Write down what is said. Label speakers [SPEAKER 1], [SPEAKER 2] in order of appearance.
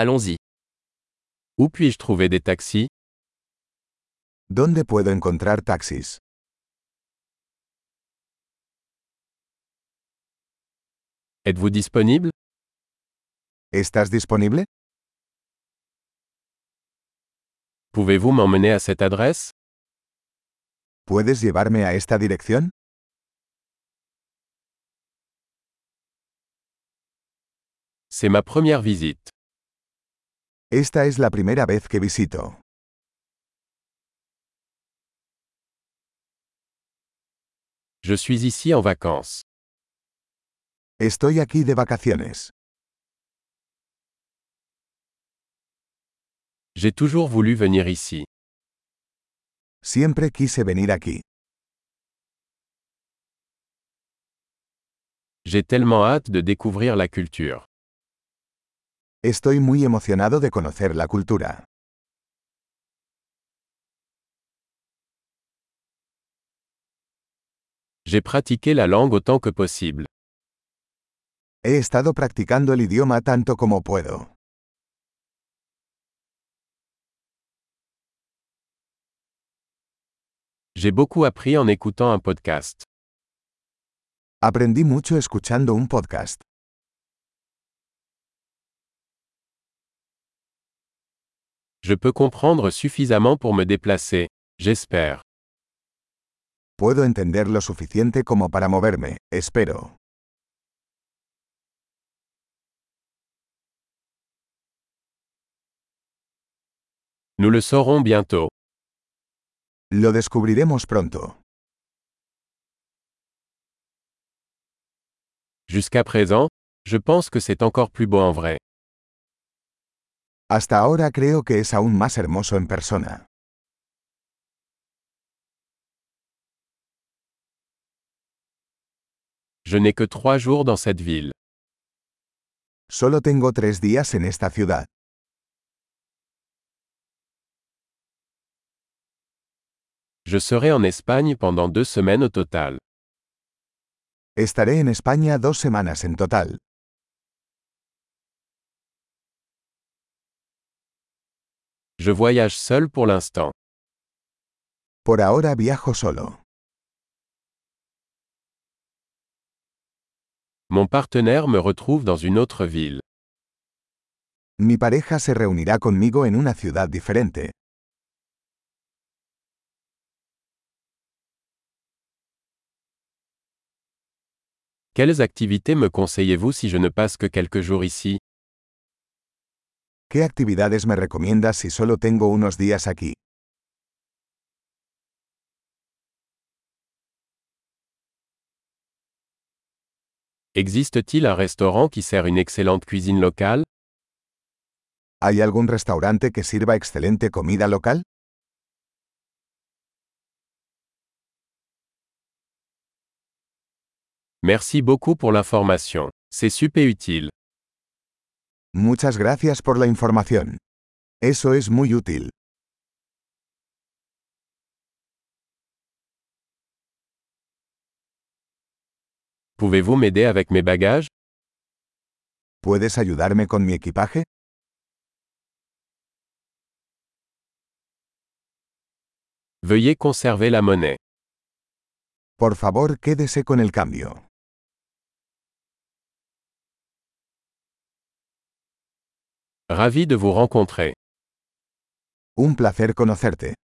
[SPEAKER 1] Allons-y. Où puis-je trouver des taxis
[SPEAKER 2] ¿Dónde puedo encontrar taxis?
[SPEAKER 1] Êtes-vous disponible
[SPEAKER 2] ¿Estás disponible?
[SPEAKER 1] Pouvez-vous m'emmener à cette adresse
[SPEAKER 2] ¿Puedes llevarme a esta dirección?
[SPEAKER 1] C'est ma première visite.
[SPEAKER 2] Esta es la primera vez que visito.
[SPEAKER 1] Je suis ici en vacances.
[SPEAKER 2] Estoy aquí de vacaciones.
[SPEAKER 1] J'ai toujours voulu venir ici.
[SPEAKER 2] Siempre quise venir aquí.
[SPEAKER 1] J'ai tellement hâte de découvrir la culture.
[SPEAKER 2] Estoy muy emocionado de conocer la cultura.
[SPEAKER 1] J'ai pratiqué la langue autant que possible.
[SPEAKER 2] He estado practicando el idioma tanto como puedo.
[SPEAKER 1] J'ai beaucoup appris en écoutant un podcast.
[SPEAKER 2] Aprendí mucho escuchando un podcast.
[SPEAKER 1] Je peux comprendre suffisamment pour me déplacer, j'espère.
[SPEAKER 2] Puedo entender lo suficiente como para moverme, espero.
[SPEAKER 1] Nous le saurons bientôt.
[SPEAKER 2] Lo descubriremos pronto.
[SPEAKER 1] Jusqu'à présent, je pense que c'est encore plus beau en vrai.
[SPEAKER 2] Hasta ahora creo que es aún más hermoso en persona.
[SPEAKER 1] Je n'ai que trois jours dans cette ville.
[SPEAKER 2] Solo tengo tres días en esta ciudad.
[SPEAKER 1] Je serai en Espagne pendant deux semaines au total.
[SPEAKER 2] Estaré en España dos semanas en total.
[SPEAKER 1] Je voyage seul pour l'instant.
[SPEAKER 2] Por ahora viajo solo.
[SPEAKER 1] Mon partenaire me retrouve dans une autre ville.
[SPEAKER 2] Mi pareja se reunirá conmigo en una ciudad diferente.
[SPEAKER 1] Quelles activités me conseillez-vous si je ne passe que quelques jours ici
[SPEAKER 2] ¿Qué actividades me recomiendas si solo tengo unos días aquí?
[SPEAKER 1] Existe-t-il un restaurant qui sert une excellente cuisine locale
[SPEAKER 2] ¿Hay algún restaurante que sirva excelente comida local?
[SPEAKER 1] Merci beaucoup pour l'information. C'est super utile.
[SPEAKER 2] Muchas gracias por la información. Eso es muy útil.
[SPEAKER 1] Pouvez-vous m'aider avec mes bagages
[SPEAKER 2] ¿Puedes ayudarme con mi equipaje?
[SPEAKER 1] Veuillez conserver la monnaie.
[SPEAKER 2] Por favor, quédese con el cambio.
[SPEAKER 1] Ravi de vous rencontrer.
[SPEAKER 2] Un placer conocerte.